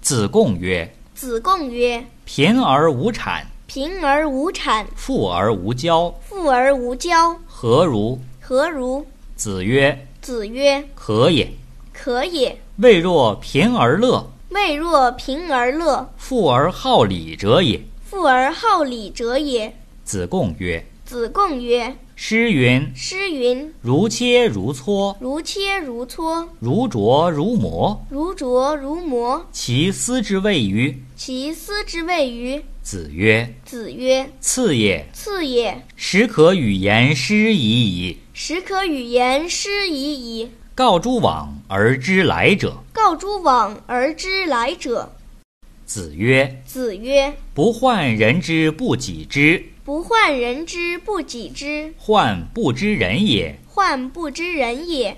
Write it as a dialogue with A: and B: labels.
A: 子贡曰
B: 子贡曰：“
A: 贫而无产，：“
B: 贫而无产，
A: 富而无骄，
B: 富而无骄，
A: 何如
B: 何如？”
A: 子曰？”
B: 子曰：“
A: 可也。：“
B: 可也。
A: 未若贫而乐，
B: 未若贫而乐，
A: 富而好礼者也。”
B: 富而好礼者也。
A: 子贡曰”
B: 子贡曰：“
A: 诗云：‘：“
B: 诗云：
A: 如切如磋，
B: 如切如磋，
A: 如琢如磨，
B: 如琢如磨，
A: 其斯之谓与？”
B: 其斯之谓与？”
A: 子曰
B: 子曰：“
A: 次也：“
B: 次也。
A: 实可与言师已矣。
B: 实可与言师已矣。
A: 告诸往而知来者。
B: 告诸往而知来者。”
A: 子曰”
B: 子曰：“
A: 不患人之不己知，：“
B: 不患人之不己知，
A: 患不知人也。
B: 患不知人也。